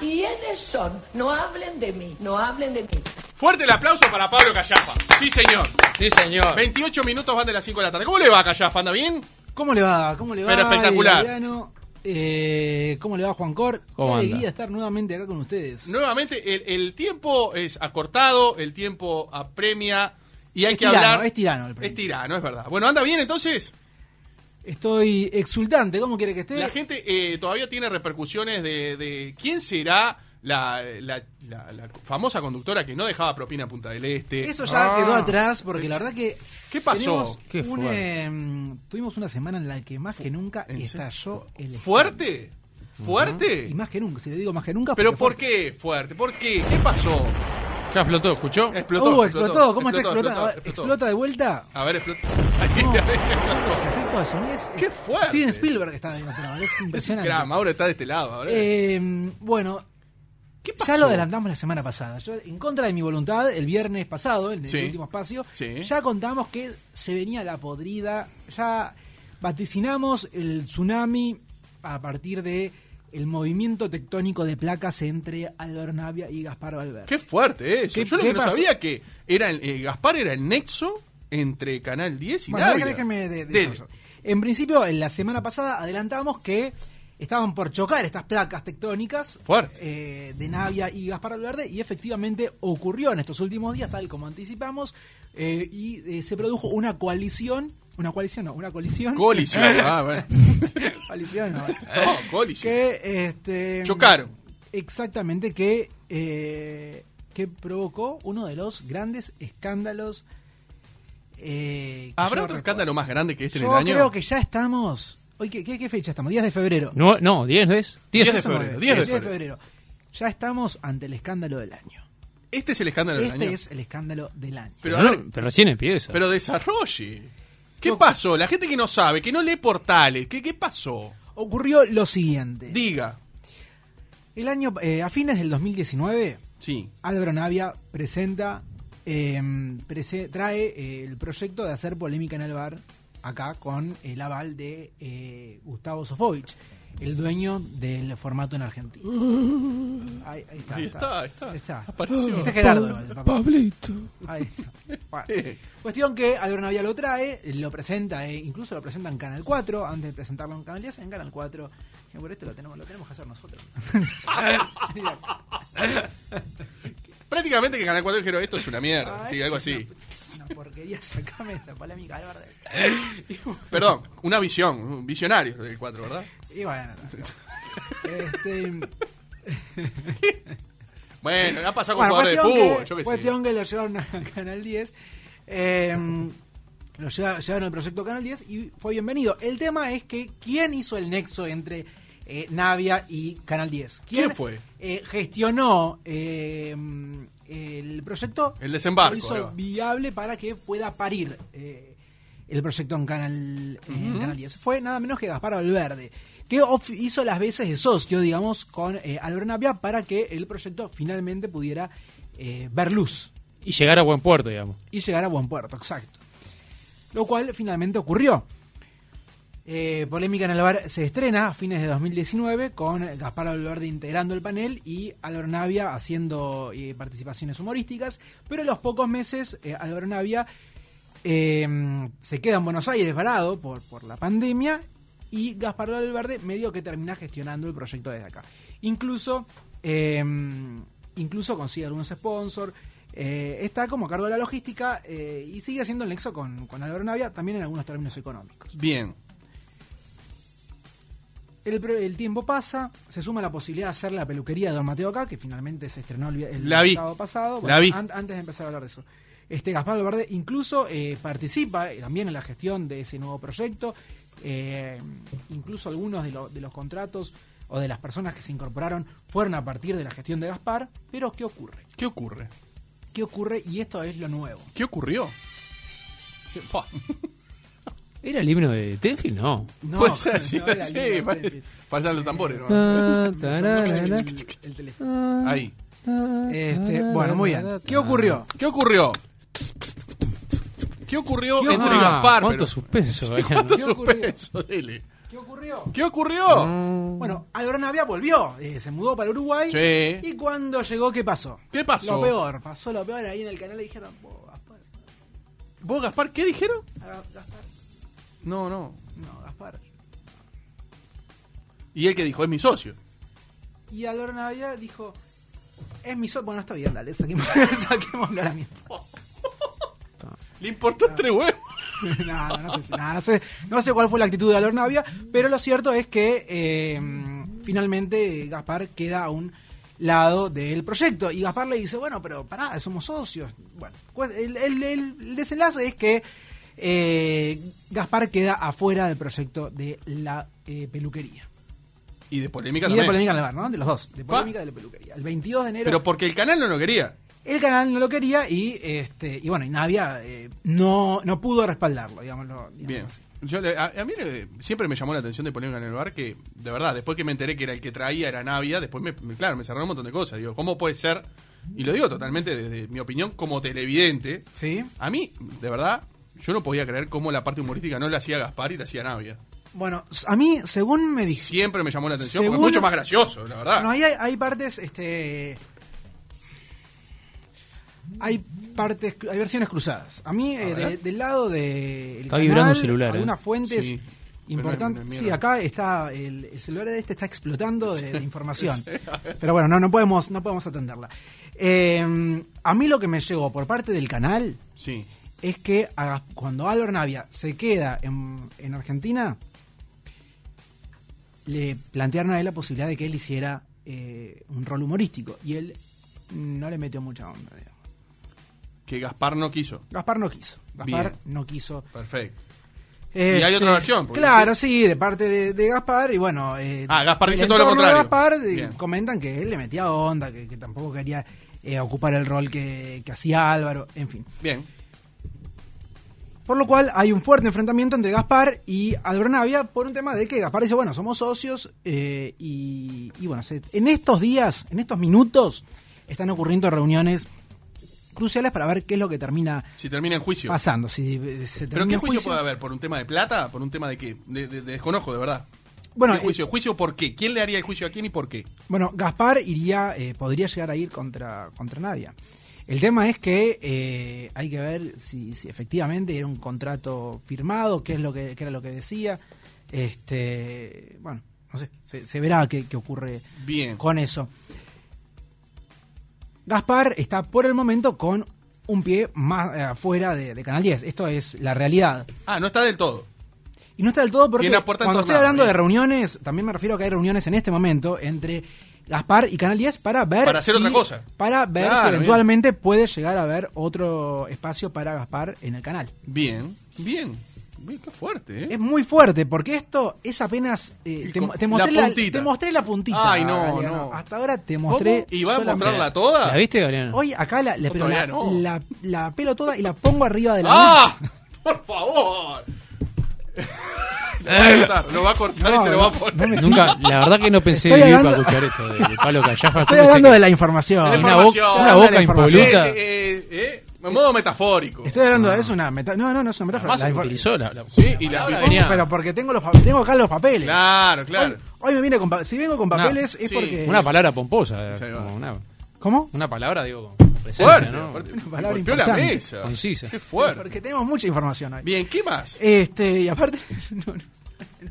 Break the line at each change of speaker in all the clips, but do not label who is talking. ¿Quiénes son? No hablen de mí, no hablen de mí.
Fuerte el aplauso para Pablo Callafa. Sí, señor.
Sí, señor.
28 minutos van de las 5 de la tarde. ¿Cómo le va, Callafa? ¿Anda bien?
¿Cómo le va? ¿Cómo le va?
Pero espectacular.
Emiliano? Eh, ¿Cómo le va, Juan Cor?
¿Cómo
Qué
anda?
alegría estar nuevamente acá con ustedes.
Nuevamente, el, el tiempo es acortado, el tiempo apremia y hay
Es
que
tirano,
hablar.
es tirano el premio.
Es tirano, es verdad. Bueno, anda bien entonces.
Estoy exultante, ¿cómo quiere que esté?
La gente eh, todavía tiene repercusiones de, de quién será la, la- la- la famosa conductora que no dejaba propina en Punta del Este.
Eso ya
Ah.
quedó atrás porque la verdad que...
¿Qué pasó?
tenemos
¿Qué
un,
fuerte.
em, tuvimos una semana en la que más que nunca
¿En
estalló el... escándalo.
¿Fuerte? ¿Fuerte?
Y más que nunca, si le digo más que nunca...
¿Pero
porque
por
fue-
qué fuerte? ¿Por qué? ¿Qué pasó?
Ya explotó, ¿escuchó?
Explotó.
Uh, explotó, ¿cómo está explotando?
explotó.
¿Explota de vuelta?
A ver, explotó.
No. Los
Explotó.
efectos de sonido es-
¡Qué fuerte!
Steven Spielberg está ahí, pero es impresionante.
Gran, Mauro está de este lado. ahora.
Eh, bueno,
¿Qué
ya lo adelantamos la semana pasada. Yo, en contra de mi voluntad, el viernes pasado, en el
Sí.
último espacio,
Sí.
ya contamos que se venía la podrida, ya vaticinamos el tsunami a partir de el movimiento tectónico de placas entre Álvaro Navia y Gaspar Valverde.
Qué fuerte eh, eso.
¿Qué-
Yo lo
qué
que no
pasó?
sabía que era el- eh, Gaspar era el nexo entre Canal 10 y
Bueno,
Dávila.
déjame de- de-
Dele.
En principio, en la semana pasada adelantamos que estaban por chocar estas placas tectónicas
Fuerte.
eh, de Navia y Gaspar Valverde y efectivamente ocurrió en estos últimos días, tal como anticipamos, eh, y eh, se produjo una coalición, una coalición no, una colisión,
Colisión. ah, bueno.
coalición no,
No, colisión.
que este,
Chocaron.
Exactamente, que, eh, que provocó uno de los grandes escándalos. eh, que
¿Habrá
yo
otro
recuerdo.
escándalo más grande que este en
Yo
el año?
creo que ya estamos. Hoy, ¿qué, qué, qué fecha estamos? 10 de febrero.
No, no, 10 es. 10
10 de
es.
febrero,
Somos-
10 de
Ya estamos ante el escándalo del año.
Este es el escándalo del
Este
año.
es el escándalo del año.
Pero,
Pero,
a ver,
no, pero recién empieza.
pero desarrolle. ¿Qué pasó? La gente que no sabe, que no lee portales, ¿qué, qué pasó?
Ocurrió lo siguiente.
Diga.
El año, eh, a fines del 2019,
Sí.
Álvaro Navia presenta, eh, prese- trae eh, el proyecto de hacer polémica en el bar acá con el aval de eh, Gustavo Sofovich, el dueño del formato en Argentina. Ahí, ahí está,
Ahí está, ahí está. Apareció.
Está Este Gerardo, igual, el papá.
Pablito.
Ahí está. Bueno. Cuestión que Álvaro Navia lo trae, lo presenta, eh, incluso lo presenta en Canal 4, antes de presentarlo en Canal 10, en Canal 4. Dije, Por esto lo tenemos, lo tenemos que hacer nosotros. Ah,
Prácticamente que Canal 4 dijeron, esto es una mierda.
Ay,
sí, algo
Ah, es una-
así.
es Una porquería, sacame esta polémica, Álvaro.
Perdón, una visión, un visionario del 4, ¿verdad?
Y bueno, este,
Bueno, ha pasado con
Bueno,
jugadores de
cuestión,
fútbol,
que,
yo qué sé.
cuestión que lo llevaron a Canal 10. eh, lo lleva- llevaron al proyecto Canal 10 y fue bienvenido. El tema es que ¿quién hizo el nexo entre eh, Navia y Canal 10?
¿Quién fue?
eh, gestionó eh, el proyecto.
El desembarco,
Lo
ahí
hizo
va.
viable para que pueda parir eh, el proyecto en Canal, en Canal 10. Fue nada menos que Gaspar Valverde, que of- hizo las veces de socio, digamos, con eh, Albert Navia para que el proyecto finalmente pudiera eh, ver luz
Y llegar a buen puerto, digamos.
y llegar a buen puerto, exacto. Lo cual finalmente ocurrió. Eh, Polémica en el bar se estrena a fines de 2019 con Gaspar Valverde integrando el panel y Álvaro Navia haciendo eh, participaciones humorísticas, pero en los pocos meses eh, Álvaro Navia eh, se queda en Buenos Aires varado por, por la pandemia y Gaspar Valverde medio que termina gestionando el proyecto desde acá. Incluso, eh, incluso consigue algunos sponsors, eh, está como a cargo de la logística eh, y sigue haciendo el nexo con, con Álvaro Navia también en algunos términos económicos.
Bien.
El, pro- el tiempo pasa, se suma la posibilidad de hacer la peluquería de Don Mateo acá, que finalmente se estrenó el, vi- el
La vi.
sábado pasado.
La vi.
an- antes de empezar a hablar de eso. Este Gaspar Valverde incluso eh, participa eh, también en la gestión de ese nuevo proyecto. eh, incluso algunos de, lo- de los contratos o de las personas que se incorporaron fueron a partir de la gestión de Gaspar, pero ¿qué ocurre?
¿Qué ocurre?
¿Qué ocurre? Y esto es lo nuevo.
¿Qué ocurrió? ¿Qué- pa.
¿Era el himno de Tenfield? No.
No,
Puede ser,
pero
sí,
no era
sí,
libre,
parece- pasan los tambores. ¿no? Eh,
Ah, tararara.
el- el teléfono.
Ahí.
Este, bueno, muy bien. ¿Qué ocurrió?
¿Qué ocurrió? ¿Qué ocurrió
¿Qué
entre
ocurrió?
Gaspar?
¿Cuánto
pero-
suspenso, eh?
¿Cuánto
¿Qué
suspenso? Dile.
¿Qué ocurrió?
¿Qué ocurrió?
Bueno, Álvaro Navia volvió, eh, se mudó para Uruguay.
Sí.
Y cuando llegó, ¿qué pasó?
¿Qué pasó?
Lo peor, pasó lo peor ahí en el canal le dijeron, "Vos, Gaspar,
¿Vos, Gaspar, qué dijeron?
ah, Gaspar,
No, no.
no, Gaspar.
Y él que dijo, es mi socio.
Y Álvaro Navia dijo, es mi socio, bueno, está bien, dale, saquemos, saquémoslo a la mierda.
Le importó tres huevos.
no, no, no sé, si- no, no sé, no sé cuál fue la actitud de Alor Navia, pero lo cierto es que eh, finalmente Gaspar queda a un lado del proyecto. Y Gaspar le dice, bueno, pero pará, somos socios. Bueno, pues, el, el- el desenlace es que eh, Gaspar queda afuera del proyecto de la eh, peluquería.
Y de polémica
y de
también.
polémica en el bar, ¿no? De los dos, de
Pa.
polémica y de la peluquería. El 22 de enero...
Pero porque el canal no lo quería.
El canal no lo quería y este y bueno, y Navia eh, no, no pudo respaldarlo, digámoslo. digamos
Bien.
así.
Yo le- a, a mí le- siempre me llamó la atención de polémica en el bar que, de verdad, después que me enteré que era el que traía era Navia, después me, me- claro, me cerraron un montón de cosas. Digo, ¿cómo puede ser? Y lo digo totalmente desde mi opinión como televidente.
Sí.
A mí, de verdad, yo no podía creer cómo la parte humorística no la hacía Gaspar y la hacía Navia.
Bueno, a mí, según me dijeron.
Siempre me llamó la atención
Según-
porque es mucho más gracioso, la verdad.
No, ahí hay, hay partes, este. Hay partes, cru- hay versiones cruzadas. A mí, eh, de-
ver.
del lado de. el
Está vibrando el
canal,
celular,
Algunas
eh.
fuentes
Sí, pero
importantes.
no es una
sí,
mierda.
acá está. El, el celular este está explotando de, de información. Pero bueno, no, no, podemos, no podemos atenderla. Eh, a mí lo que me llegó por parte del canal
Sí.
es que a- cuando Álvaro Navia se queda en, en Argentina, le plantearon a él la posibilidad de que él hiciera eh, un rol humorístico. Y él no le metió mucha onda. digamos.
Que Gaspar no quiso.
Gaspar no quiso. Gaspar
Bien.
no quiso.
Perfecto.
Este,
hay otra versión, porque-
Claro, sí, de parte de, de Gaspar. Y bueno. eh,
Ah, Gaspar
el
dice todo lo
entorno de
contrario.
Gaspar eh,
Bien.
comentan que él le metía onda, que, que tampoco quería eh, ocupar el rol que- que hacía Álvaro. En fin.
Bien.
Por lo cual hay un fuerte enfrentamiento entre Gaspar y Álvaro Navia por un tema de que Gaspar dice, bueno, somos socios eh, y, y bueno, se- en estos días, en estos minutos, están ocurriendo reuniones cruciales para ver qué es lo que termina
Si termina en juicio.
pasando. Si eh, se
¿Pero
termina
qué
el
juicio, puede haber? ¿Por un tema de plata? ¿Por un tema de qué? De- de- de- desconozco, de verdad.
Bueno,
¿Qué juicio? ¿Juicio por qué? ¿Quién le haría el juicio a quién y por qué?
eh, bueno, Gaspar iría, eh, podría llegar a ir contra, contra Navia. El tema es que eh, hay que ver si, si efectivamente era un contrato firmado, qué es lo que qué era lo que decía. Este, bueno, no sé, se, se verá qué, qué ocurre
Bien.
con eso. Gaspar está por el momento con un pie más eh, afuera de, de Canal 10. Esto es la realidad.
Ah, no está del todo.
Y no está del todo porque
Tiene la puerta
cuando estoy
entornada,
hablando de
bien.
reuniones, también me refiero a que hay reuniones en este momento entre Gaspar y Canal 10 para ver
Para hacer
si-
otra cosa.
Para ver
Claro,
si
bien.
eventualmente puede llegar a haber otro espacio para Gaspar en el canal.
Bien. Bien. Bien, qué fuerte, ¿eh?
Es muy fuerte porque esto es apenas eh,
El
te,
con-
mo- te mostré
la
la,
puntita.
te mostré la puntita.
Ay, no,
Galeano.
no.
Hasta ahora te
¿Cómo?
mostré
¿Y va a
solamente-
mostrarla toda?
¿La viste, Galeano?
Hoy acá la, la-
No,
pero
todavía
la,
no.
la- la pelo toda y la pongo arriba de la
¡Ah!
mesa.
¡Por favor! lo va a cortar, lo va a cortar y
No,
se lo
no,
va a poner.
Nunca, la verdad que no pensé
Estoy
vivir
hablando-
para escuchar esto de, de Pablo Callafa. Yo
Estoy
pensé
hablando
que-
de la información.
De la
una boca,
información.
una boca
Sí,
impoluta.
sí, eh, eh, en modo metafórico.
Estoy hablando
Ah.
de es una meta- No, no, no es una metáfora.
Además se
La infor-
utilizó la, la-
Sí, y la-
palabra
y-
venía-
Pero porque tengo los pa- tengo acá los papeles.
Claro, claro.
Hoy, hoy me vine con pa- si vengo con
Una-
papeles es
sí,
porque
una palabra pomposa.
Sí, ahí va.
como una,
¿Cómo?
una palabra, digo, con presencia,
Fuerte,
¿no?
fuerte.
Una palabra
Golpeó la
importante.
mesa.
Concisa.
Qué fuerte.
Porque tenemos mucha información hoy.
Bien, ¿qué más?
Este, y aparte no, no, no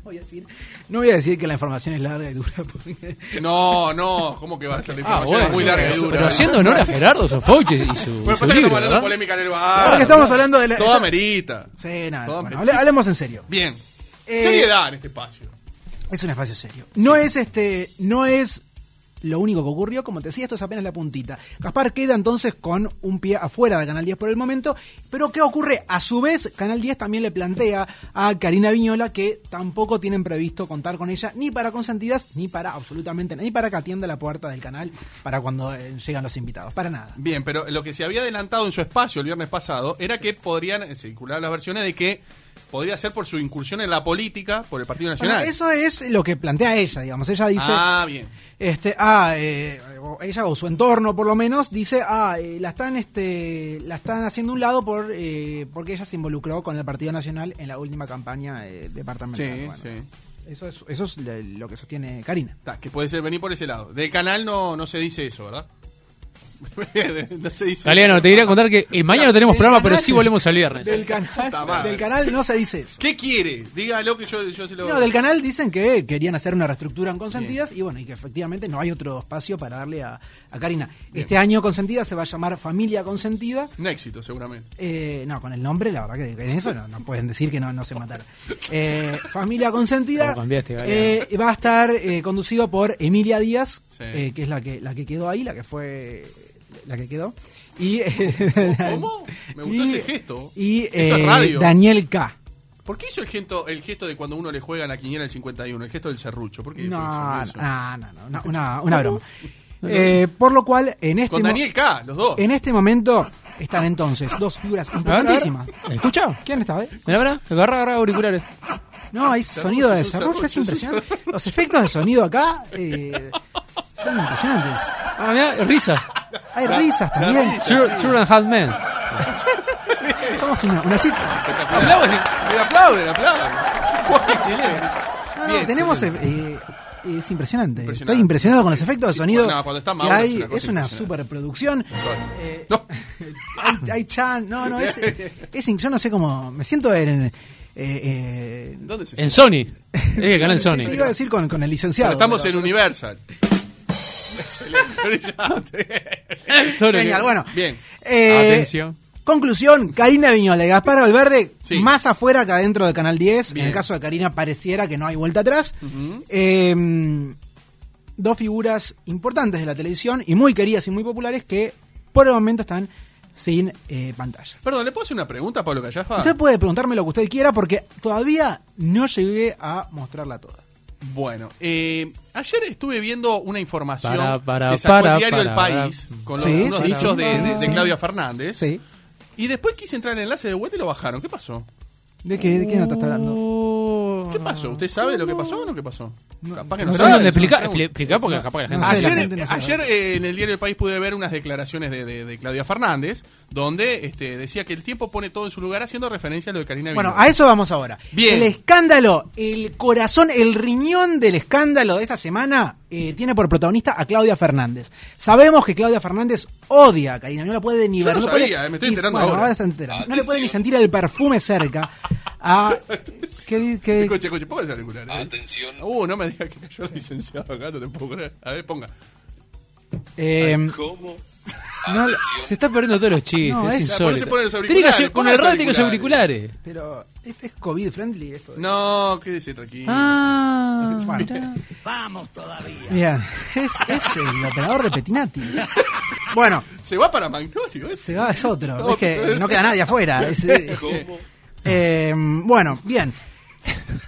voy a decir no voy a decir que la información es larga y dura porque
No, no, ¿cómo que va a ser la
Ah,
información?
bueno,
es muy larga y
pero,
dura.
pero haciendo honor a Gerardo Sofouche y su,
Bueno, pasa que
su libro,
estamos hablando de
¿verdad?
polémica en el bar.
Porque estamos hablando de la-
Toda merita.
Sí, nada,
Toda
bueno,
merita.
hable- hablemos en serio.
Bien.
Eh,
Seriedad en este espacio.
Es un espacio serio. No es este, no es lo único que ocurrió. Como te decía, esto es apenas la puntita. Gaspar queda entonces con un pie afuera de Canal 10 por el momento. Pero ¿qué ocurre? A su vez, Canal 10 también le plantea a Karina Viñola que tampoco tienen previsto contar con ella ni para Consentidas, ni para absolutamente nada, ni para que atienda la puerta del canal para cuando eh, llegan los invitados. Para nada.
Bien, pero lo que se había adelantado en su espacio el viernes pasado era que podrían eh, circular las versiones de que podría ser por su incursión en la política por el Partido
Bueno,
Nacional.
eso es lo que plantea ella, digamos. Ella dice...
ah, bien.
este ah eh, o ella o su entorno por lo menos dice ah eh, la están este la están haciendo a un lado por eh, porque ella se involucró con el Partido Nacional en la última campaña eh, departamental
Sí,
Bueno,
sí.
eso es eso es la- lo que sostiene Karina
Ta, que puede ser venir por ese lado. Del canal no, no se dice eso, ¿verdad? no se dice
Galeano,
eso.
te quería contar que eh, mañana no tenemos
Del
programa,
canal-
pero sí volvemos al viernes.
del
Puta
canal
madre.
del canal no se dice eso
¿Qué quiere? Dígalo que yo, yo se lo...
no, del canal dicen que querían hacer una reestructura en Consentidas y bueno, y que efectivamente no hay otro espacio para darle a, a Karina. Este año Consentidas se va a llamar Familia Consentida
Un éxito, seguramente.
Eh, no, con el nombre, la verdad que en eso no, no pueden decir que no, no se mataron. Eh, familia Consentida
Lo cambiaste, Galeano.
eh, va a estar eh, conducido por Emilia Díaz,
Sí.
eh, que es la que, la que quedó ahí, la que fue la que quedó. Y, eh,
¿Cómo? Me gustó
y-
ese gesto.
Y
Esto es
eh,
radio.
Daniel K.
¿Por qué hizo el gesto, el gesto de cuando uno le juega en la quiniela el 51? El gesto del serrucho. ¿Por qué?
No,
hizo eso?
no, no, no, una, una- una broma. Eh, por lo cual, en este,
Con
mo-
Daniel K, los dos.
en este momento están entonces dos figuras importantísimas.
¿Me escucha?
¿Quién estaba? eh?
Mira, mira, agarra, agarra auriculares.
No, hay sonido de
serrucho,
desarrollo, es
es un
impresionante. Los efectos de sonido acá eh, son impresionantes.
Ah, mira, risas.
Hay risas también.
True, True and Half Men.
Somos una, una cita.
Aplauden.
Le aplauden, aplauden.
No, no,
Bien,
tenemos. eh, eh, es impresionante.
Impresionante.
Estoy impresionado con los
Sí,
efectos de
sí,
sonido.
no, cuando está
que
Mauro es
hay-
una cosa
es una
impresionante.
superproducción. Eh,
No.
hay, hay chan. No, no, es, es. in- Yo no sé cómo. Me siento en. eh, eh,
¿Dónde se
En Sony. Es el canal
sí,
Sony.
sí, iba a decir con, con el
Pero
licenciado.
estamos
pero-
en Universal. Excelente, brillante.
Sobre-
Genial, bueno.
Bien.
Eh,
Atención.
Conclusión, Karina Viñola y Gaspar Valverde
Sí.
más afuera que adentro de Canal 10.
Bien.
En el caso de Karina pareciera que no hay vuelta atrás.
Ujú.
Eh, dos figuras importantes de la televisión y muy queridas y muy populares que por el momento están sin eh, pantalla.
Perdón, ¿le puedo hacer una pregunta a Pablo Callafa?
Usted puede preguntarme lo que usted quiera porque todavía no llegué a mostrarla toda.
Bueno, eh, ayer estuve viendo una información
Para, para,
que sacó
para,
el diario
para,
El
para.
País con los,
Sí,
unos
sí,
dichos
sí,
de, de-
sí.
de Claudia Fernández.
Sí.
Y después quise entrar al enlace de vuelta y lo bajaron. ¿Qué pasó?
¿De qué, de qué nota está hablando?
¿Qué pasó? ¿Usted sabe lo que pasó o no qué pasó? Capaz que
Uh. No sé
sabe,
dónde
es una
explicar,
pregunta.
explicar porque capaz que la gente
No sé, la
ayer
gente no sabe.
ayer, eh, en el diario El País pude ver unas declaraciones de, de- de Claudia Fernández, donde este, decía que el tiempo pone todo en su lugar, haciendo referencia a lo de Karina
Bueno,
Viñola.
a eso vamos ahora.
Bien.
El escándalo, el corazón, el riñón del escándalo de esta semana eh, tiene por protagonista a Claudia Fernández. Sabemos que Claudia Fernández odia a Karina, no la puede ni
Yo
ver.
no
puede-
sabía, eh, me estoy
y-
enterando
bueno,
ahora.
se entera. No le puede ni sentir el perfume cerca. A, ¿Qué di- qué-
Escuche, escuche, póngase el auricular. Atención. Uh, no me diga que cayó el licenciado acá, no te puedo creer. A ver, ponga.
eh, no, la-
Se está perdiendo todos los chistes,
No,
es
Por
es-
eso
insólito.
ponen los
Tiene que hacer-
auriculares,
con
pongan
el
los
radio tiene que hacer
auriculares.
auriculares.
pero este es COVID friendly esto. de-
No, quédese tranquilo.
Ah,
Bueno.
mirá.
Bien, es, es el operador de Petinati. Bueno,
Se va para ¿eh? Magnolio, ese.
se va, es otro. Es que
Otro.
no queda nadie afuera. es- es- Eh, bueno, bien.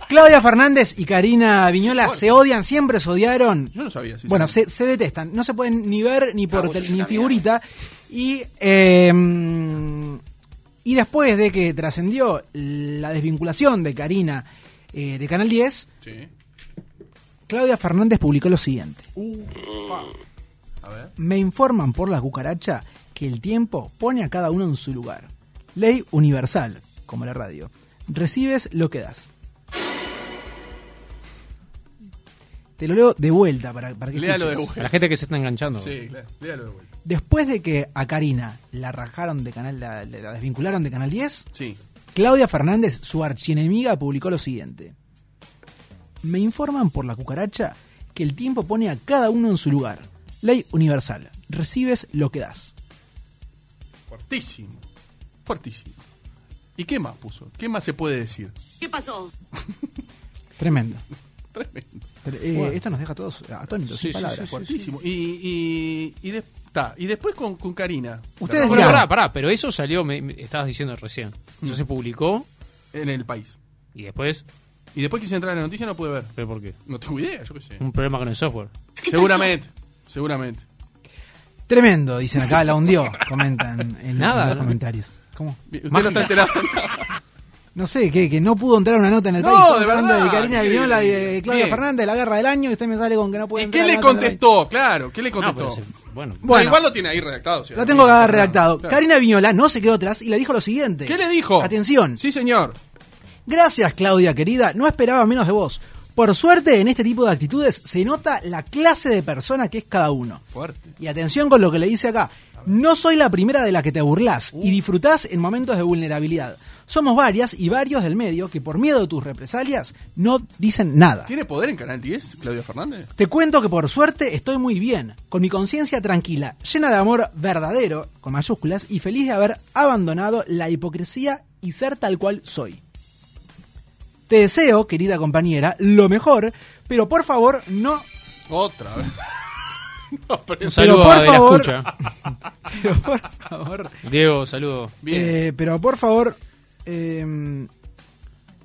Claudia Fernández y Karina Viñola se odian, siempre se odiaron.
Yo no sabía. sí,
bueno,
sabía.
se, se detestan, no se pueden ni ver
Ah,
ni por tel- ni figurita. Y, eh, y después de que trascendió la desvinculación de Karina eh, de Canal 10,
Sí.
Claudia Fernández publicó lo siguiente.
A ver.
Me informan por la cucaracha que el tiempo pone a cada uno en su lugar. Ley universal, como la radio. Recibes lo que das. Te lo leo de vuelta para, para que
Léalo de
escuches.
A
vuelta.
la gente que se está enganchando.
Sí, claro. Léalo de vuelta.
Después de que a Karina la rajaron de canal, la, la desvincularon de Canal 10,
Sí.
Claudia Fernández, su archienemiga, publicó lo siguiente. Me informan por la cucaracha que el tiempo pone a cada uno en su lugar. Ley universal. Recibes lo que das.
Fuertísimo. Fuertísimo. ¿Y qué más puso? ¿Qué más se puede decir?
¿Qué pasó?
Tremendo.
Tremendo.
Eh,
Bueno.
Esto nos deja a todos atónitos, sin
Sí, sí,
palabras.
sí, sí,
Fuertísimo. Y, y, y, de- ta, y después con, con Karina.
Ustedes
Pero
Pero
dirán.
pará, pará, pero eso salió, me, me estabas diciendo recién. Eso se publicó
En el país.
y después.
Y después quise entrar en la noticia no pude ver.
¿Pero por qué?
No tengo idea, yo qué sé.
Un problema con el software.
Seguramente. Seguramente.
Tremendo, dicen acá, la hundió, comentan en,
Nada,
en los
¿no?
comentarios. ¿Cómo?
Bien, Usted no está enterado.
No sé, que, que no pudo entrar una nota en el
No,
país. Estamos
de
hablando
verdad.
de Karina
Sí,
Viñola y de
bien.
Claudia Fernández, la guerra del año, y usted me sale con que no puede
¿Y
entrar
qué
la
le
nota en el país.
contestó? Claro, ¿qué le
No,
contestó?
pero se- bueno.
Bueno.
Igual lo tiene ahí redactado. o sea,
Lo
no
tengo
pasa
acá
nada.
redactado.
Claro.
Karina Viñola no se quedó atrás y le dijo lo siguiente.
¿Qué le dijo?
Atención.
Sí, señor.
Gracias, Claudia, querida. No esperaba menos de vos. Por suerte, en este tipo de actitudes se nota la clase de persona que es cada uno.
Fuerte.
Y atención con lo que le dice acá. No soy la primera de la que te burlás
Uh.
y disfrutás en momentos de vulnerabilidad. Somos varias y varios del medio que por miedo de tus represalias no dicen nada.
¿Tiene poder en Canal 10, Claudia Fernández?
Te cuento que por suerte estoy muy bien, con mi conciencia tranquila, llena de amor verdadero, con mayúsculas, y feliz de haber abandonado la hipocresía y ser tal cual soy. Te deseo, querida compañera, lo mejor, pero por favor no...
Otra vez. No, pero
Un
es-
saludo
por
a de la
favor-
escucha.
Pero por favor...
Diego, saludo.
Bien.
eh, pero por favor... em,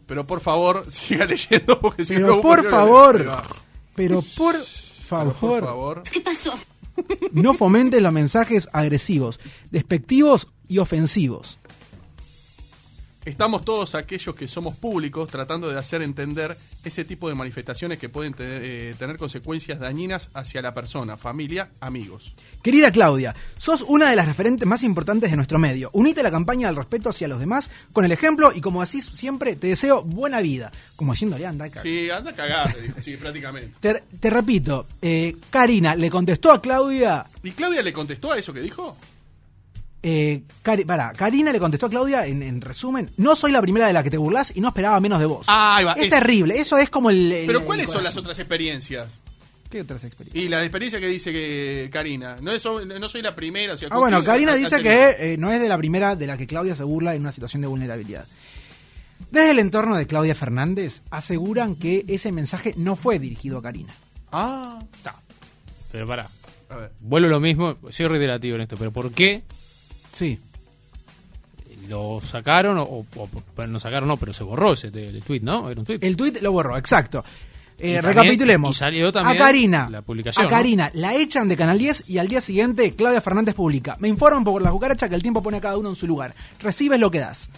Pero por favor, siga leyendo porque si
pero
no,
por
bueno,
favor...
ahí va.
Pero por
Pero Por
favor...
favor.
¿Qué pasó?
No fomentes los mensajes agresivos, despectivos y ofensivos.
Estamos todos aquellos que somos públicos tratando de hacer entender ese tipo de manifestaciones que pueden tener, eh, tener consecuencias dañinas hacia la persona, familia, amigos.
Querida Claudia, sos una de las referentes más importantes de nuestro medio. Unite a la campaña del respeto hacia los demás con el ejemplo y como decís siempre, te deseo buena vida. Como yéndole anda, acá.
Sí, anda a cagar, te digo, sí, prácticamente.
Te, te repito, eh, Karina le contestó a Claudia.
¿Y Claudia le contestó a eso que dijo?
eh, Cari- pará, Karina le contestó a Claudia en, en resumen: No soy la primera de la que te burlas y no esperaba menos de vos.
Ah, ahí va,
es,
eso.
terrible, eso es como el. el-
Pero
el
¿cuáles son las
corazón.
otras experiencias?
¿Qué otras experiencias?
Y la experiencia que dice que Karina. No, es, no soy la primera. o sea,
Ah, bueno,
contigo-
Karina
ha- ha
dice
tenido-
que eh, no es de la primera de la que Claudia se burla en una situación de vulnerabilidad. Desde el entorno de Claudia Fernández aseguran que ese mensaje no fue dirigido a Karina.
Ah,
Está. Pero pará.
a ver.
Vuelvo lo mismo, soy reiterativo en esto, pero ¿por qué
Sí.
lo sacaron o, o- o- bueno, no sacaron no, pero se borró ese te- el tweet, ¿no? Era un tweet.
El tuit lo borró, exacto. Eh,
Y también-
recapitulemos.
y salió también
a Karina.
la publicación,
A
¿no?
Karina la echan de Canal 10 y al día siguiente Claudia Fernández publica. Me informan por la cucaracha que el tiempo pone a cada uno en su lugar. Recibes lo que das.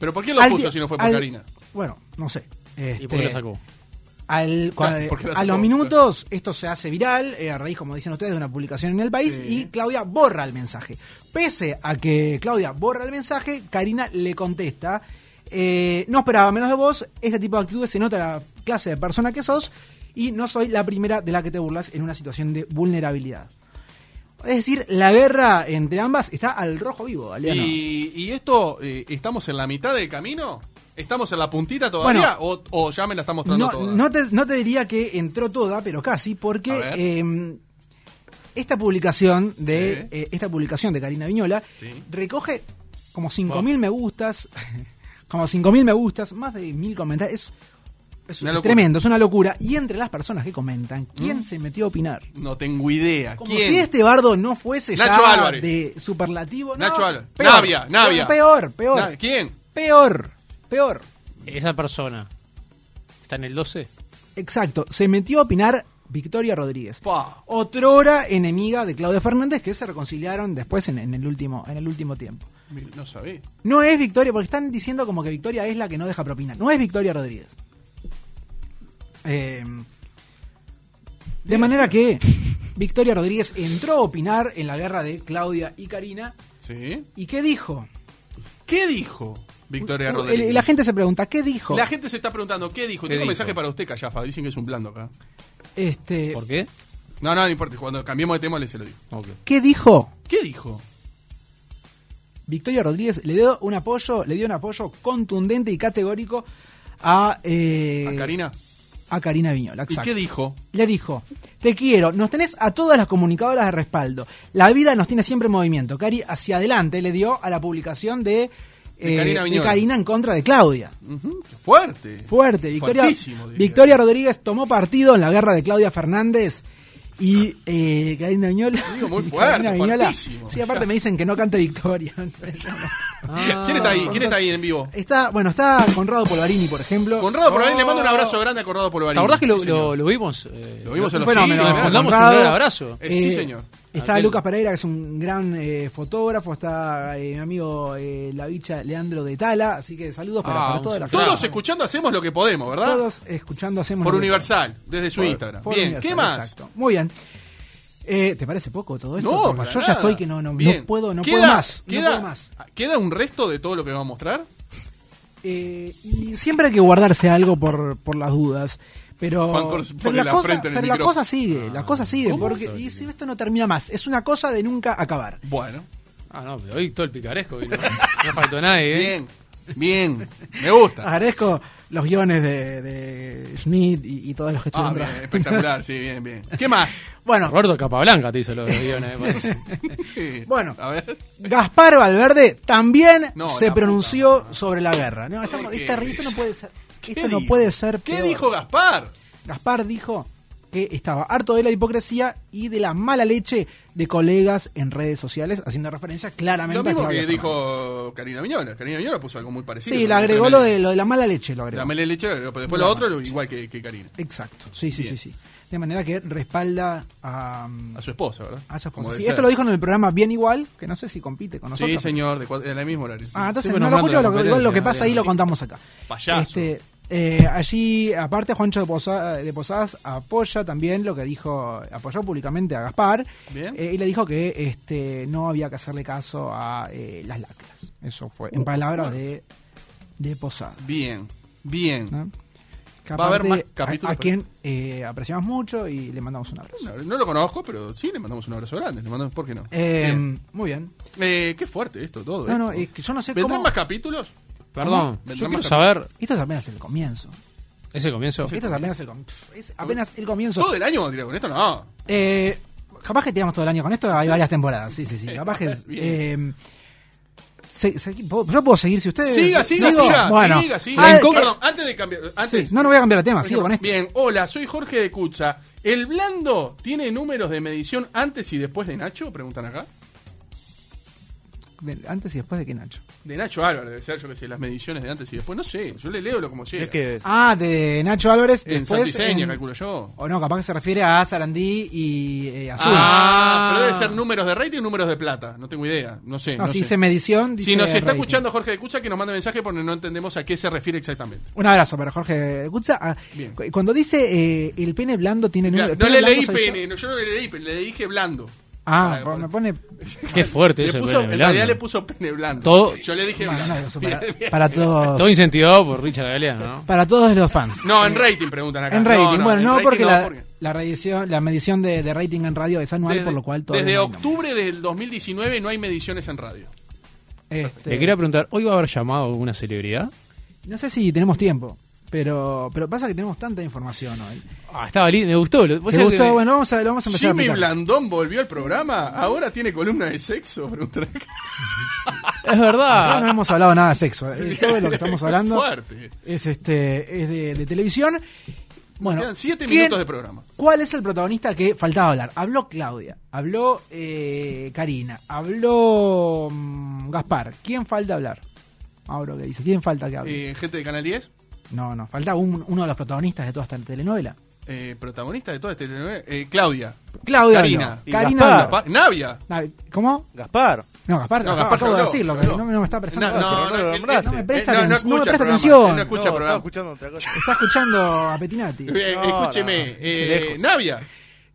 ¿Pero por qué lo
Al
puso
di-
si no fue por
al-
Karina?
Bueno, no sé.
¿Y por qué lo
Este,
sacó?
Al, cua-
Claro, porque la
a
sacó,
los minutos esto se hace viral, eh, a raíz, como dicen ustedes, de una publicación en el país
Sí.
y Claudia borra el mensaje. Pese a que Claudia borra el mensaje, Karina le contesta, eh, no esperaba menos de vos, este tipo de actitudes se nota la clase de persona que sos y no soy la primera de la que te burlas en una situación de vulnerabilidad. Es decir, la guerra entre ambas está al rojo vivo, Aliano.
Y, y esto, eh, ¿estamos en la mitad del camino? ¿Estamos en la puntita todavía? o, o ya me la está mostrando
No,
toda?
no te, no te diría que entró toda, pero casi,
A
porque
ver.
eh, esta publicación de
Sí.
eh, esta publicación de Karina Viñola
Sí.
recoge como 5.000 me gustas, como 5.000 me gustas, más de 1.000 comentarios. Es, es
Una locura.
tremendo, es una locura. Y entre las personas que comentan, ¿quién se metió a opinar?
No tengo idea.
Como
¿Quién?
si este bardo no fuese
Nacho
ya
Álvarez.
de superlativo. No,
Nacho Álvarez.
peor,
Navia, Navia.
Peor, peor,
Na- ¿Quién?
peor, peor.
Esa persona está en el 12.
Exacto, se metió a opinar Victoria Rodríguez.
Pa.
Otrora enemiga de Claudia Fernández que se reconciliaron después en, en el último, en el último tiempo.
Mira, No sabía.
No es Victoria, porque están diciendo como que Victoria es la que no deja propina. No es Victoria Rodríguez. Eh, de manera que Victoria Rodríguez entró a opinar en la guerra de Claudia y Karina.
¿Sí?
¿Y qué dijo?
¿Qué dijo Victoria
Uh,
Rodríguez?
el- la gente se pregunta, ¿qué dijo?
La gente se está preguntando, ¿qué dijo?
¿Qué
Tengo un
dijo?
mensaje para usted, Callafa. Dicen que es un blando acá.
Este,
¿Por qué?
No, no, no importa. Cuando cambiemos de tema, le se lo digo.
Ok.
¿Qué dijo?
¿Qué dijo?
Victoria Rodríguez le dio un apoyo, le dio un apoyo contundente y categórico a, eh,
¿A Karina?
a Karina Viñola.
¿Y
exacto.
qué dijo?
Le dijo, te quiero, nos tenés a todas las comunicadoras de respaldo. La vida nos tiene siempre en movimiento. Cari, hacia adelante le dio a la publicación de
De Karina Viñola.
Karina en contra de Claudia.
Ujú, qué fuerte.
Fuerte. Victoria,
Fuertísimo, diría.
Victoria Rodríguez tomó partido en la guerra de Claudia Fernández y eh, Karina Viñola.
Digo, muy fuerte,
Karina Viñola-
fuertísimo.
Sí, aparte me dicen que no cante Victoria.
¿Quién está ahí? ¿Quién está ahí en vivo?
está, bueno, está Conrado Polvarini, por ejemplo.
Conrado Polvarín, le mando un abrazo grande a Conrado Polvarín.
¿Te acordás que lo,
Sí,
lo-
señor.
lo vimos? eh,
Lo vimos en los
fenómeno,
Le
cines,
fundamos un
Conrado.
gran abrazo.
Eh, sí, señor.
Está
Aquel-
Lucas Pereira, que es un gran eh, fotógrafo. Está eh, mi amigo eh, la bicha Leandro de Tala. Así que saludos para,
Ah,
para
un
toda la
saludo.
familia.
Todos escuchando hacemos lo que podemos, ¿verdad?
Todos escuchando hacemos.
Por
lo que-
Universal, desde su
por-
Instagram.
por
Bien,
Universal,
¿qué más?
exacto. Muy bien. Eh, ¿Te parece poco todo esto?
No,
Porque
para
yo ya
nada.
estoy que no, no, no
Bien.
puedo, no
Queda-
puedo más. no
Queda,
puedo más.
¿Queda un resto de todo lo que va a mostrar?
Eh, y siempre hay que guardarse algo por, por las dudas. Pero,
Juan Corso
pero
pone
la,
la
cosa,
frente en el
pero la
micrófono. Ah,
cosa sigue, la cosa sigue. Porque, y si esto no termina más, es una cosa de nunca acabar.
Bueno.
Ah, no, pero hoy todo el picaresco. vino. No faltó nadie, ¿eh?
Bien, bien. Me
Ah,
gusta.
Agradezco los guiones de, de Schmidt y, y todos los
Ah,
que estuvieron
bien,
tra-
espectacular, sí, bien, bien. ¿Qué más?
Bueno,
Roberto Capablanca te hizo los guiones, eh, parece.
Sí.
Bueno.
A ver.
Gaspar Valverde también
No,
se
la
pronunció sobre la guerra. No, esta-
Ay, qué
esta- esto no
belleza.
puede ser,
¿Qué
esto no
dijo?
puede ser
¿Qué
peor.
dijo Gaspar?
Gaspar dijo que estaba harto de la hipocresía y de la mala leche de colegas en redes sociales, haciendo referencia claramente
Lo mismo
a
que
Claudia Fernández.
dijo Karina Viñola. Karina Viñola puso algo muy parecido.
Sí, le agregó lo de, lo de la mala leche, lo agregó.
La mele lechera, pero después lo otro, lo- igual que, que Karina.
Exacto, sí, sí,
Bien.
sí, sí. De manera que respalda a... mm,
A su esposa, ¿verdad?
a su esposa.
Como
Ah, Sí,
debe
esto
ser.
lo dijo en el programa Bien Igual, que no sé si compite con
Sí,
nosotros.
señor, de, cua- de la misma horario.
Ah, entonces
Sí, pero
no lo
nos
escucho,
manda
lo
la
que- igual lo que
competencia,
pasa ahí
sí.
lo contamos acá.
Payaso.
Este, eh, allí, aparte, Juancho de, Posa- de Posadas apoya también lo que dijo, apoyó públicamente a Gaspar
Bien.
eh, y le dijo que este, no había que hacerle caso a eh, las lacras. Eso fue,
Uh,
en palabras de, de Posadas.
Bien, bien.
¿no? Que
Va a haber
aparte,
más
a-
capítulos,
A,
pero-
quien eh, apreciamos mucho y le mandamos un abrazo.
No, no lo conozco, pero sí, le mandamos un abrazo grande. Le mandamos, ¿Por qué no?
Eh,
Bien.
muy bien.
Eh, qué fuerte esto todo.
No, no,
esto.
es que yo no sé
¿Vendrán
cómo.
más capítulos?
Perdón,
¿Vendrán
yo quiero
más
saber.
Esto es apenas el comienzo.
¿Ese comienzo?
Esto es apenas el, com- pff, es apenas el comienzo.
¿Todo el año vamos a tirar con esto? No.
Eh, capaz que tiramos todo el año con esto, hay varias temporadas, sí, sí, sí. Capaz que...
Bien.
eh, se- se- ¿puedo- yo puedo seguir si ustedes...
Siga, siga,
¿sigo?
siga.
Bueno,
siga, siga.
Ah,
Bien,
que-
con- Perdón, antes de cambiar. Antes,
sí, no, no voy a cambiar de tema, sigo con esto.
Bien, hola, soy Jorge de Cucha. ¿El blando tiene números de medición antes y después de Nacho? Preguntan acá.
De- Antes y después de que Nacho.
De Nacho Álvarez, debe ser, yo que sé, las mediciones de antes y después. No sé, yo le leo lo como llega.
Es que
Ah, de Nacho Álvarez,
Eh. en
después...
Santiseña,
en-
calculo yo.
O no, capaz que se refiere a Sarandí y eh, Azul.
Ah, pero debe ser números de rating y números de plata. No tengo idea, no sé.
no,
no
si
sé.
dice medición, dice
Si nos está
rating.
escuchando Jorge de Cucha, que nos mande mensaje porque no entendemos a qué se refiere exactamente.
Un abrazo para Jorge Gutza. Ah,
Bien.
cu- cuando dice eh, el pene blando tiene...
Mira,
número- el
no
pene
le
blando
leí
soy yo.
pene, no, yo no le leí pene, le dije blando.
Ah,
Para-
me pone...
Qué fuerte
Le
eso. el
puso-
pene
en realidad
blando.
le puso pene blando.
Todo-
Yo le dije
Bueno, un
blando.
abrazo
Bien,
para,
bien.
para todos...
Todo incentivado por Richard Galeano, ¿no?
Para todos los fans.
No, en rating preguntan acá.
En
No,
rating,
no,
bueno,
en
no,
rating
porque, la,
porque-
la radiación- la medición de, de rating en radio es anual,
Desde,
por lo cual todo.
desde octubre del 2019 no hay mediciones en radio.
Le quería preguntar, ¿hoy va a haber llamado alguna celebridad?
Este, No sé si tenemos tiempo, pero pero pasa que tenemos tanta información hoy.
Ah, estaba lindo, me gustó. lo- vos
¿Te
sabés que
gustó?
me-
Bueno, vamos a, lo vamos a empezar a
Jimmy
aplicar.
Blandón volvió al programa, ahora tiene columna de sexo, preguntan acá.
Es
No,
verdad.
no hemos hablado nada de sexo. eh, todo lo que estamos hablando
Fuerte.
es este es de, de televisión. Bueno,
Quedan 7
¿quién-
minutos de programa.
¿Cuál es el protagonista que faltaba hablar? Habló Claudia, habló eh, Karina, habló mm, Gaspar. ¿Quién falta hablar? Ahora que dice, ¿quién falta que hable?
Eh, gente de Canal 10,
No, no, falta un- uno de los protagonistas de toda esta telenovela.
eh, protagonista de toda esta telenovela, eh, Claudia.
Claudia.
Karina.
habló.
Y
Karina.
Gaspar.
habló.
Pa- Navia.
Nav- ¿Cómo?
Gaspar.
No, Gaspar,
No,
no,
Gaspar
acabo de
habló,
decirlo, que
habló.
no, no me está prestando
No,
atención.
no,
no,
no,
no,
él-
no,
él-
me presta
él- no, no
atención, no
escucha
me presta
programa,
atención.
él No escucha
No, estaba
programa.
escuchando otra cosa.
Está escuchando a Petinati.
Eh,
No,
escúcheme,
no,
eh,
lejos.
Navia,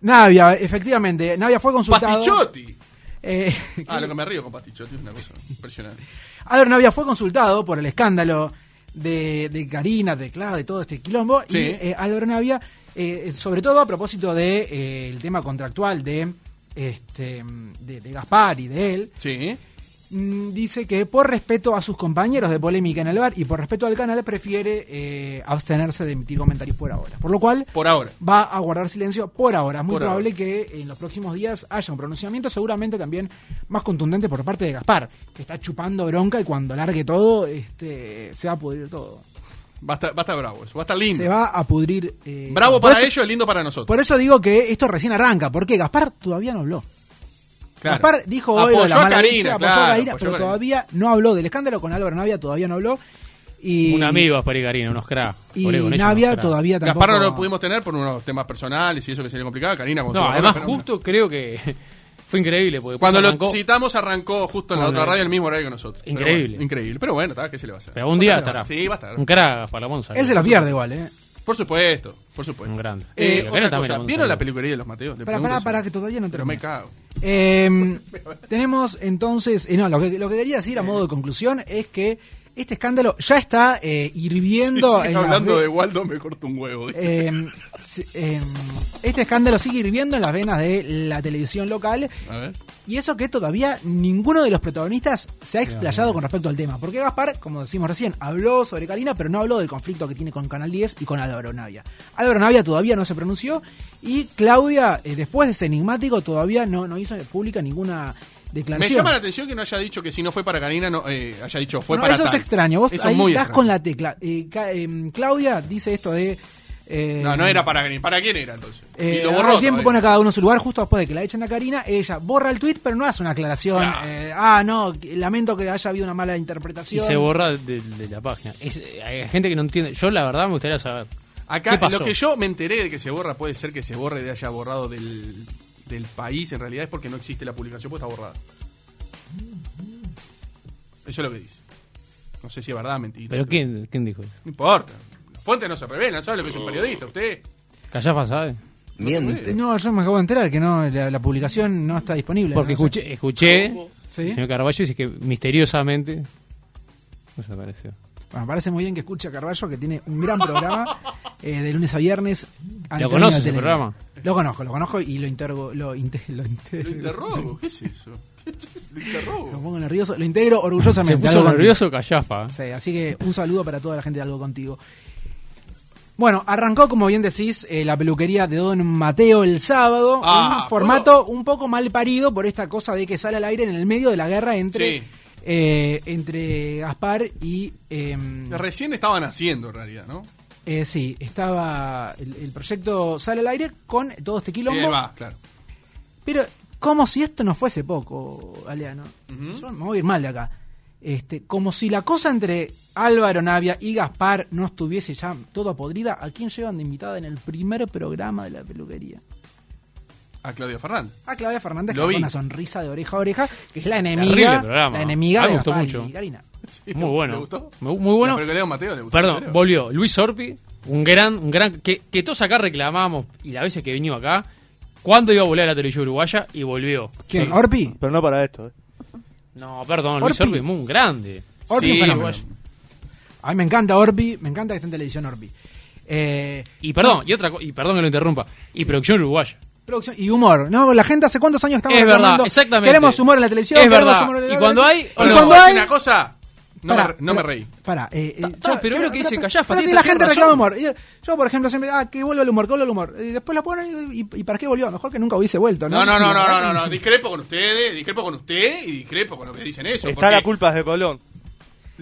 Navia, efectivamente. Navia fue consultado.
Pastichotti.
Eh,
Ah, lo que me río con Pastichotti es una cosa impresionante.
Albert Navia fue consultado por el escándalo de, de Karina, de Claudia, de todo este quilombo.
Sí.
Y eh, Albert Navia, eh, sobre todo a propósito del de, eh, el tema contractual de, este, de, de Gaspar y de él.
Sí.
mm, dice que por respeto a sus compañeros de polémica en el bar y por respeto al canal prefiere eh, abstenerse de emitir comentarios por ahora. Por lo cual
Por ahora.
va a guardar silencio por ahora. Es muy
Por
probable que en los próximos días haya un pronunciamiento seguramente también más contundente por parte de Gaspar, que está chupando bronca y cuando largue todo este, se va a pudrir todo.
Va a estar, va a estar bravo eso, va a estar lindo.
Se va a pudrir. eh,
Bravo
todo. Por
para
eso-
ellos, lindo para nosotros.
Por eso digo que esto recién arranca, porque Gaspar todavía no habló.
Claro.
Gaspar dijo hoy lo de
Apoyó
la
a
mala
Karina,
leche, apoyó
claro,
a Karina,
apoyó
pero
a Karina.
todavía no habló del escándalo con Álvaro Navia, todavía no habló. Y,
Un amigo Gaspar y Karina, unos cracks.
Y
Olé, con ellos,
Navia
unos cracks.
todavía tampoco.
Gaspar no lo pudimos tener por unos temas personales y eso que se le complicaba. Karina, cuando
No,
se lo
además
agarró,
justo creo que fue increíble. Porque
pero- Cuando lo
arrancó-
citamos, arrancó justo en la
Bueno,
otra radio, el mismo horario que nosotros. Pero
Increíble.
bueno, increíble. Pero bueno, está, ¿qué se le va a hacer?
Pero un día
¿Qué se le va a
estará.
hacer? Sí, va a estar.
Un crack para Gonzalo.
Él se los pierde igual, ¿eh?
Por supuesto, por supuesto.
Un grande.
Eh,
Sí,
otra
Karina también
cosa,
era un
¿Vieron la
saludo.
peluquería de los Mateos? Le
Pará,
pregunto
pará,
si-
pará, que todavía no
Pero me
termina.
cago.
Eh, tenemos entonces, eh, no, lo que, lo que quería decir a modo de conclusión es que este escándalo ya está eh, hirviendo.
Sí, sí,
en las
hablando
ve-
de Waldo, me corto un huevo. dice.
Eh, sí, eh, este escándalo sigue hirviendo en las venas de la televisión local
A ver.
y eso que todavía ninguno de los protagonistas se ha explayado con respecto al tema. Porque Gaspar, como decimos recién, habló sobre Karina, pero no habló del conflicto que tiene con Canal 10 y con Álvaro Navia. Álvaro Navia todavía no se pronunció y Claudia, eh, después de ese enigmático, todavía no, no hizo pública ninguna
Me
declaración.
llama la atención que no haya dicho que si no fue para Karina, no, eh, haya dicho fue
No,
para
eso
tal.
es extraño. Vos
Eso es
ahí
muy
estás
extraño.
con la tecla. Eh, ca- em, Claudia dice esto de. eh,
No, no era para Karina. ¿Para quién era entonces?
Eh,
y lo
ahora
borró.
el tiempo
todavía.
pone a cada uno en su lugar justo después de que la echen a Karina. Ella borra el tweet, pero no hace una aclaración.
Claro.
eh, ah, no, que- lamento que haya habido una mala
Y
interpretación.
se borra de, de la página. Es- hay gente que no entiende. Yo, la verdad, me gustaría saber. ¿Qué
Acá
pasó?
lo que yo me enteré de que se borra puede ser que se borre de haya borrado del, del país. En realidad es porque no existe la publicación, pues está borrada. Eso es lo que dice. No sé si es verdad, mentira.
¿Pero quién, quién dijo eso?
No importa. Las fuentes no se revelan. ¿Sabe lo que es un periodista? Usted.
Callafa, ¿sabe?
Miente.
No, yo me acabo de enterar que no la, la publicación no está disponible.
Porque
no sé.
escuché, escuché
Sí.
el señor Carballo dice que misteriosamente desapareció.
Bueno, parece muy bien que escucha Carballo, que tiene un gran programa eh, de lunes a viernes. al término
¿Lo conoces,
de
el
Telegram.
programa?
Lo conozco, lo conozco y lo interrogo. Lo, inte- lo
Lo
inter-
interrogo. ¿Qué es eso? Lo
Lo
interrogo.
pongo nervioso, lo integro
Se
orgullosamente.
puso
algo contigo.
nervioso Callafa. ¿eh?
Sí, así que un saludo para toda la gente de Algo Contigo. Bueno, arrancó, como bien decís, eh, la peluquería de Don Mateo el sábado.
Ah,
un formato un poco mal parido por esta cosa de que sale al aire en el medio de la guerra entre,
Sí.
eh, entre Gaspar y. eh,
Recién estaban haciendo, en realidad, ¿no?
eh, sí, estaba. El, el proyecto sale al aire con todo este
Y
quilombo.
ahí Eh, va, claro.
Pero, como si esto no fuese poco, Aleano. Yo me voy a ir mal de acá. Este, como si la cosa entre Álvaro Navia y Gaspar no estuviese ya toda podrida, ¿a quién llevan de invitada en el primer programa de la peluquería?
A Claudia Fernández.
A Claudia Fernández
Lo
con
vi.
una sonrisa de oreja a oreja, que es la
Terrible
enemiga,
programa.
la enemiga
Ah,
de
me gustó
Gaspar
mucho.
y Karina.
Muy bueno.
¿Le gustó?
Mu- muy bueno.
La peluquería de Mateo le gustó. ¿en
Perdón,
serio?
volvió Luis Orpi, un gran, un gran que, que todos acá reclamamos y las veces que venido acá, ¿cuándo iba a volver a la televisión uruguaya? Y volvió.
¿Quién?
Sí.
¿Orpi?
Pero no para esto. ¿eh?
No, perdón, Luis
Orpi.
Orpi es muy grande.
Orpi,
Sí,
un fenómeno.
uruguayo.
A mí me encanta Orpi, me encanta que esté en televisión Orpi. Eh,
Y perdón, y otra co- y perdón que lo interrumpa. Y producción uruguaya.
producción y humor, ¿no? La gente hace cuántos años estamos
Es verdad,
reclamando,
exactamente.
Queremos humor en la televisión,
Es
queremos
verdad.
humor en la
Y cuando hay,
Y
Pero
Hola.
cuando
¿puedo decir
hay,
una cosa? No,
Pará,
me, re- no me
pará,
reí.
Pará, eh, eh,
Ta- ta,
yo-
pero es lo que dice
pero-
Callafa,
pero
tiene-
la
tiene
gente
razón.
reclama humor. Yo, yo, por ejemplo, siempre, ah, que vuelva el humor, que vuelva el humor. Y después la ponen y, y- y ¿para qué volvió? Mejor que nunca hubiese vuelto, ¿no?
No, no, no,
Y
no,
la verdad
no, no,
que-
no, discrepo con ustedes, discrepo con usted y discrepo con lo que dicen eso.
Está
porque-
la culpa de Colón.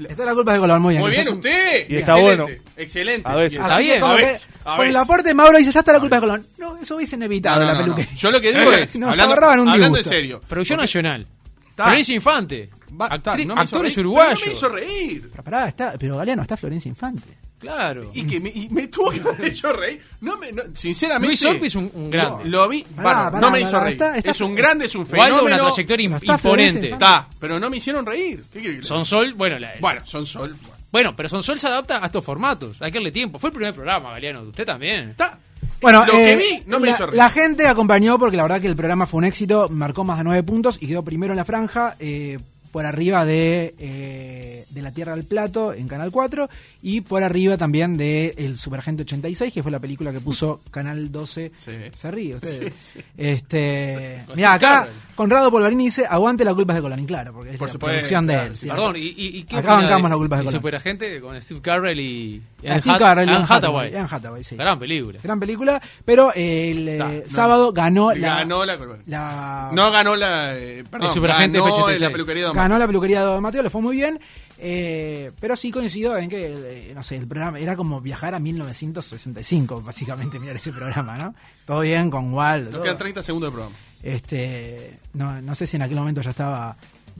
Está la culpa de Colón, muy bien.
Muy bien,
Entonces,
usted.
Y está
excelente,
bueno.
Excelente.
A veces.
Y-
Está
así que
bien,
como
a
que
veces, a
Con el
veces.
aporte de Mauro dice, ya está la culpa de Colón. No, eso hubiesen evitado
No, no,
la
no, no.
peluquería.
Yo lo que digo es.
Nos
hablando,
ahorraban un
hablando en
disgusto.
serio.
Producción nacional.
Ta.
Florencia Infante.
Va- ta,
actri-
no me hizo
actores
reír,
uruguayos.
pero No me hizo reír.
Pero pará, está, pero Galeano, está Florencia Infante.
Claro.
Y que me, y me tuvo que haber hecho reír. No me, no, sinceramente.
Luis Orpi es un, un grande.
Lo vi.
Pará,
bárbaro,
pará,
no me
pará,
hizo reír.
está- está-
es un grande, es un
Waldo,
fenómeno.
una trayectoria im-
Está Florencia
imponente.
Infante.
Está, pero no me hicieron reír. ¿Qué quiere que le diga?
Sonsol, bueno, la-
Bueno, son sol. bueno.
bueno, pero Sonsol se adapta a estos formatos. Hay que darle tiempo. Fue el primer programa, Galeano. Usted también.
Está.
Bueno,
lo que
eh,
vi no me
la,
hizo reír.
la gente acompañó porque la verdad que el programa fue un éxito, marcó más de nueve puntos y quedó primero en la franja. eh, por arriba de, eh, de La Tierra al Plato en Canal 4 y por arriba también de El Superagente 86, que fue la película que puso Canal 12.
Sí.
Se ríe usted.
Sí, sí.
Este,
Con
mirá,
Steve
acá
Carell.
Conrado Polvarini dice, aguante la culpa es de Colorín, claro, porque es
Por
la
supuesto,
producción de
claro,
él.
sí,
sí.
Perdón, y, y, y qué
Acá
opina
bancamos
de-
la culpa de Colón.
Superagente con Steve Carrell y
Ah,
Anne
Steve
Hat-
Carrell y
Anne
Anne
Hathaway.
Hathaway, Anne Hathaway, sí.
Gran película.
Gran película, pero eh, el eh,
Está, no.
sábado ganó la...
Ganó la Colbert.
la-
No ganó la. eh, perdón,
El Superagente
ganó
F86.
en la peluquería de Don
Ganó la peluquería de Don Mateo, le fue muy bien. eh, pero sí coincido en que, eh, no sé, el programa era como viajar a 1965, básicamente, mirar ese programa, ¿no? Todo bien con Waldo.
Nos
todo.
quedan 30 segundos de programa.
Este, no, no sé si en aquel momento ya estaba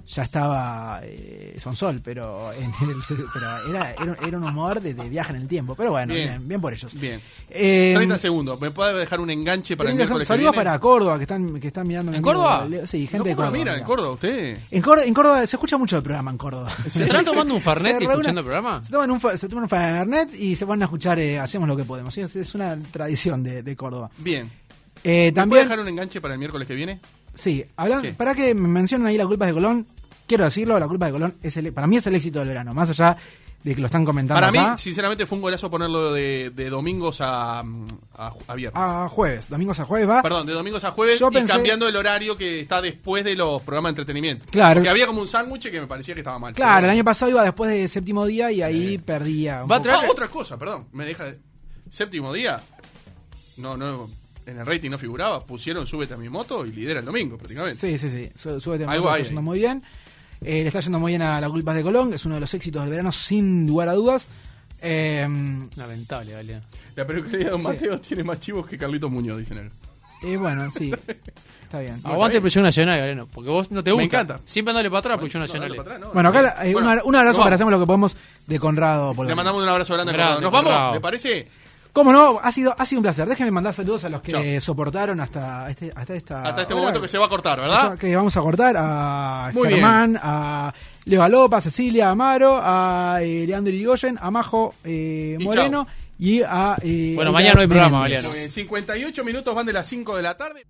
ya estaba eh, Sonsol, pero, en el, pero era, era, era un humor de, de viaje en el tiempo. Pero bueno,
Bien.
bien, bien por ellos.
Bien.
Eh,
30 segundos. ¿Me puede dejar un enganche para el
30
miércoles que
Saludos
viene?
para Córdoba, que están, que están mirando. mi
¿En
amigo
Córdoba?
Leo. Sí, gente
No, ¿cómo
de
no
Córdoba.
mira, en
mirá.
Córdoba, usted.
En, Córdoba, en Córdoba se escucha mucho el programa en Córdoba.
¿Se estarán tomando un Fernet y
reúnen-
escuchando el programa?
Se toman un, fe- se toman un Fernet y se van a escuchar eh, Hacemos lo que podemos. Sí, Es, es una tradición de, de Córdoba.
Bien.
Eh,
¿Me puede
también,
dejar un enganche para el miércoles que viene?
sí, hablando,
Sí.
para que me mencionen ahí la culpa de Colón, quiero decirlo, la culpa de Colón es el, para mí es el éxito del verano, más allá de que lo están comentando
Para mí,
acá.
sinceramente, fue un golazo ponerlo de, de domingos a, mm, a, a viernes.
a Ah, jueves, domingos a jueves va.
Perdón, de domingos a jueves
Yo
y
pensé-
cambiando el horario que está después de los programas de entretenimiento.
Claro.
Que había como un sándwich que me parecía que estaba mal.
Claro,
Pero
el
bueno.
año pasado iba después de séptimo día y ahí perdía. un
Va a
poco.
traer-
Ah, otra cosa, perdón. Me deja. Séptimo día. No, no. En el rating no figuraba. Pusieron súbete a mi moto y lidera el domingo, prácticamente.
Sí, sí, sí. Su- Súbete
Algo
Moto,
hay
está yendo
ahí.
muy bien. Eh, le está yendo muy bien a La Culpa es de Colón, que es uno de los éxitos del verano, sin lugar a dudas. Eh,
Lamentable, vale.
La peluquería de Don Mateo tiene más chivos que Carlitos Muñoz, dicen él.
eh, bueno, sí. Está bien.
Aguante el Proyecto Nacional, Galeno, porque vos no te
Me
gusta.
encanta.
Siempre andale para atrás, Proyecto
No,
Nacional.
dale para atrás, no.
Bueno, acá la- eh,
Bueno,
un, abra-
nos
un abrazo para
vamos.
hacemos lo que podemos de Conrado por
Le mandamos un abrazo grande a
Grande,
Conrado. ¿Nos vamos?
Conrado.
¿Le parece?
¿Cómo no? Ha sido, ha sido un placer. Déjenme mandar saludos a los que
Chao.
soportaron hasta, este, hasta esta.
Hasta este
hora.
momento que se va a cortar, ¿verdad?
Eso que vamos a cortar a
Muy bien.
Germán, a Leo Alopa, a Cecilia, a Amaro, a eh, Leandro Irigoyen, a Majo eh,
Y
Moreno y a. eh,
Bueno,
Ida
mañana no hay programa,
Menéndez.
Eh,
Mariano.
Muy bien, 58 minutos van de las 5 de la tarde.